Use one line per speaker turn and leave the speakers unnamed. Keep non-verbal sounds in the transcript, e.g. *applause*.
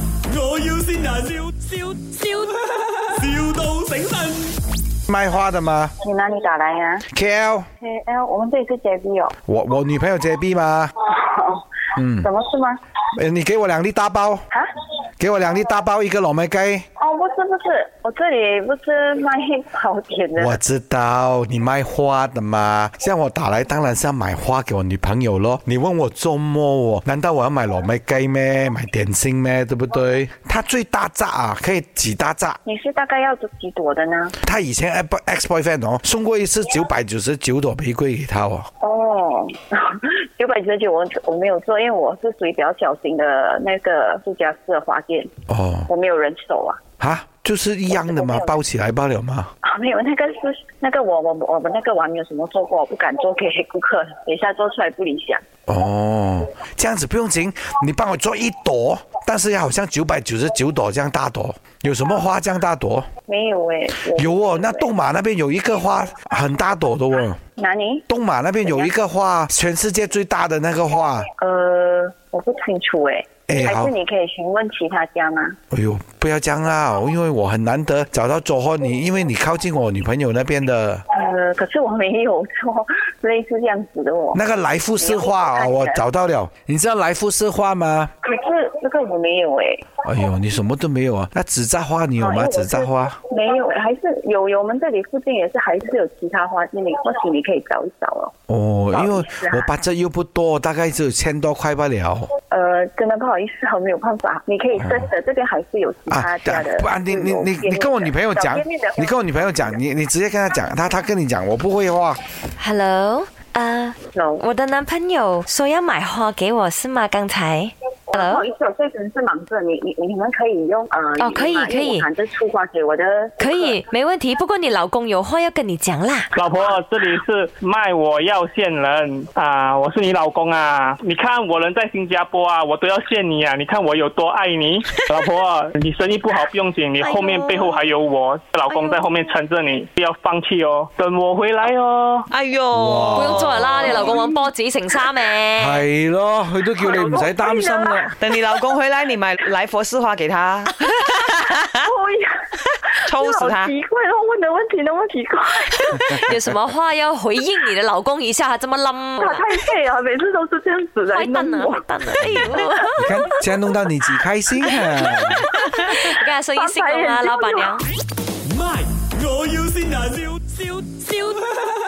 要先人，笑笑笑，,笑到醒神。
卖花的吗
你哪里打来呀、
？KL，
k l 哎我们这里是姐弟哦。
我我女朋友洁碧吗？
嗯。 *laughs* 什么事吗？
呃你给我两粒大包，
啊？
给我两粒大包，一个老麦盖。
哦，不是不是，我这里不是卖宝典的。
我知道你卖花的嘛，像我打来当然是要买花给我女朋友咯。你问我周末哦，难道我要买老麦盖咩？买点心咩？对不对？它最大扎啊，可以几大扎？
你是大概要几朵的呢？
他以前 ex boyfriend 哦，送过一次九百九十九朵玫瑰给他哦。
哦， *laughs* 九百九十九，我我没有做，因为我是属于比较小型的那个住家式的花店，
哦，
我没有人手啊。
哈，就是一样的嘛，包起来罢了嘛。
啊，没有，那个是那个我我我们那个我还没有什么做过，我不敢做给顾客，等一下做出来不理想。
哦，这样子不用紧，你帮我做一朵，但是要好像九百九十九朵这样大朵。有什么花这样大朵？
没有哎、我
有哦，那东马那边有一个花很大朵的哦。
哪里？
东马那边有一个花，全世界最大的那个花。
呃，我不清楚哎、
哎好
还是你可以询问其他家吗？
哎呦，不要这样啦，因为我很难得找到佐贺你，因为你靠近我女朋友那边的。
呃，可是我没有做 *laughs* 类似这样子的哦。
那个来福士花啊、
你要
我
看一下
找到了。你知道来福士花吗？
可是这个我没有哎、
哎呦，你什么都没有啊！那纸扎花你有
哦因为
吗？
我
纸扎花？
没有哎、还是有有，我们这里附近也是还是有其他花店的，或许你可以找一找哦。
哦，因为
不好意思啊
我八折又不多，大概只有千多块罢了。
呃，真的不好意思啊，我没有办法，你可以真的、这边还是有其他家的。
不啊，你你你你跟我女朋友讲，你跟我女朋友讲，你你直接跟她讲，她她跟你讲，我不会
*laughs*
画。
Hello，呃，
我
我的男朋友说要买花给我是吗？刚才
不好
，Hello，
意思，我这边是忙着，你你你们可以用呃
哦可以
你们把
可以
因为我喊这出花给我的
可以，没问题。不过你老公有话要跟你讲啦。
*laughs* 老婆，这里是卖我要线人啊！我是你老公啊！你看我人在新加坡啊，我都要见你啊！你看我有多爱你，
*laughs*
老婆，你生意不好不用紧，你后面
哎呦
背后还有我老公在后面撑着你，不要放弃哦，等我回来哦。
哎呦，不用做啦，你老公揾波子成
*laughs*
衫咩？
哎
系咯，佢都叫你唔使擔心啦。
等你老公回来，你买来佛寺花给他，
哎呀，
抽死
好
他。
奇怪哦，问的问题那么奇怪，
有什么话要回应你的老公一下？这么冧
*laughs* 他
啊，
太废了，每次都是这样子的，
坏
你
蛋
弄
啊，
我
坏蛋啊！哎呦，
你看，这样弄到你几开心啊！
你看生意兴隆啊，老板娘。
卖，我要先人，笑笑笑，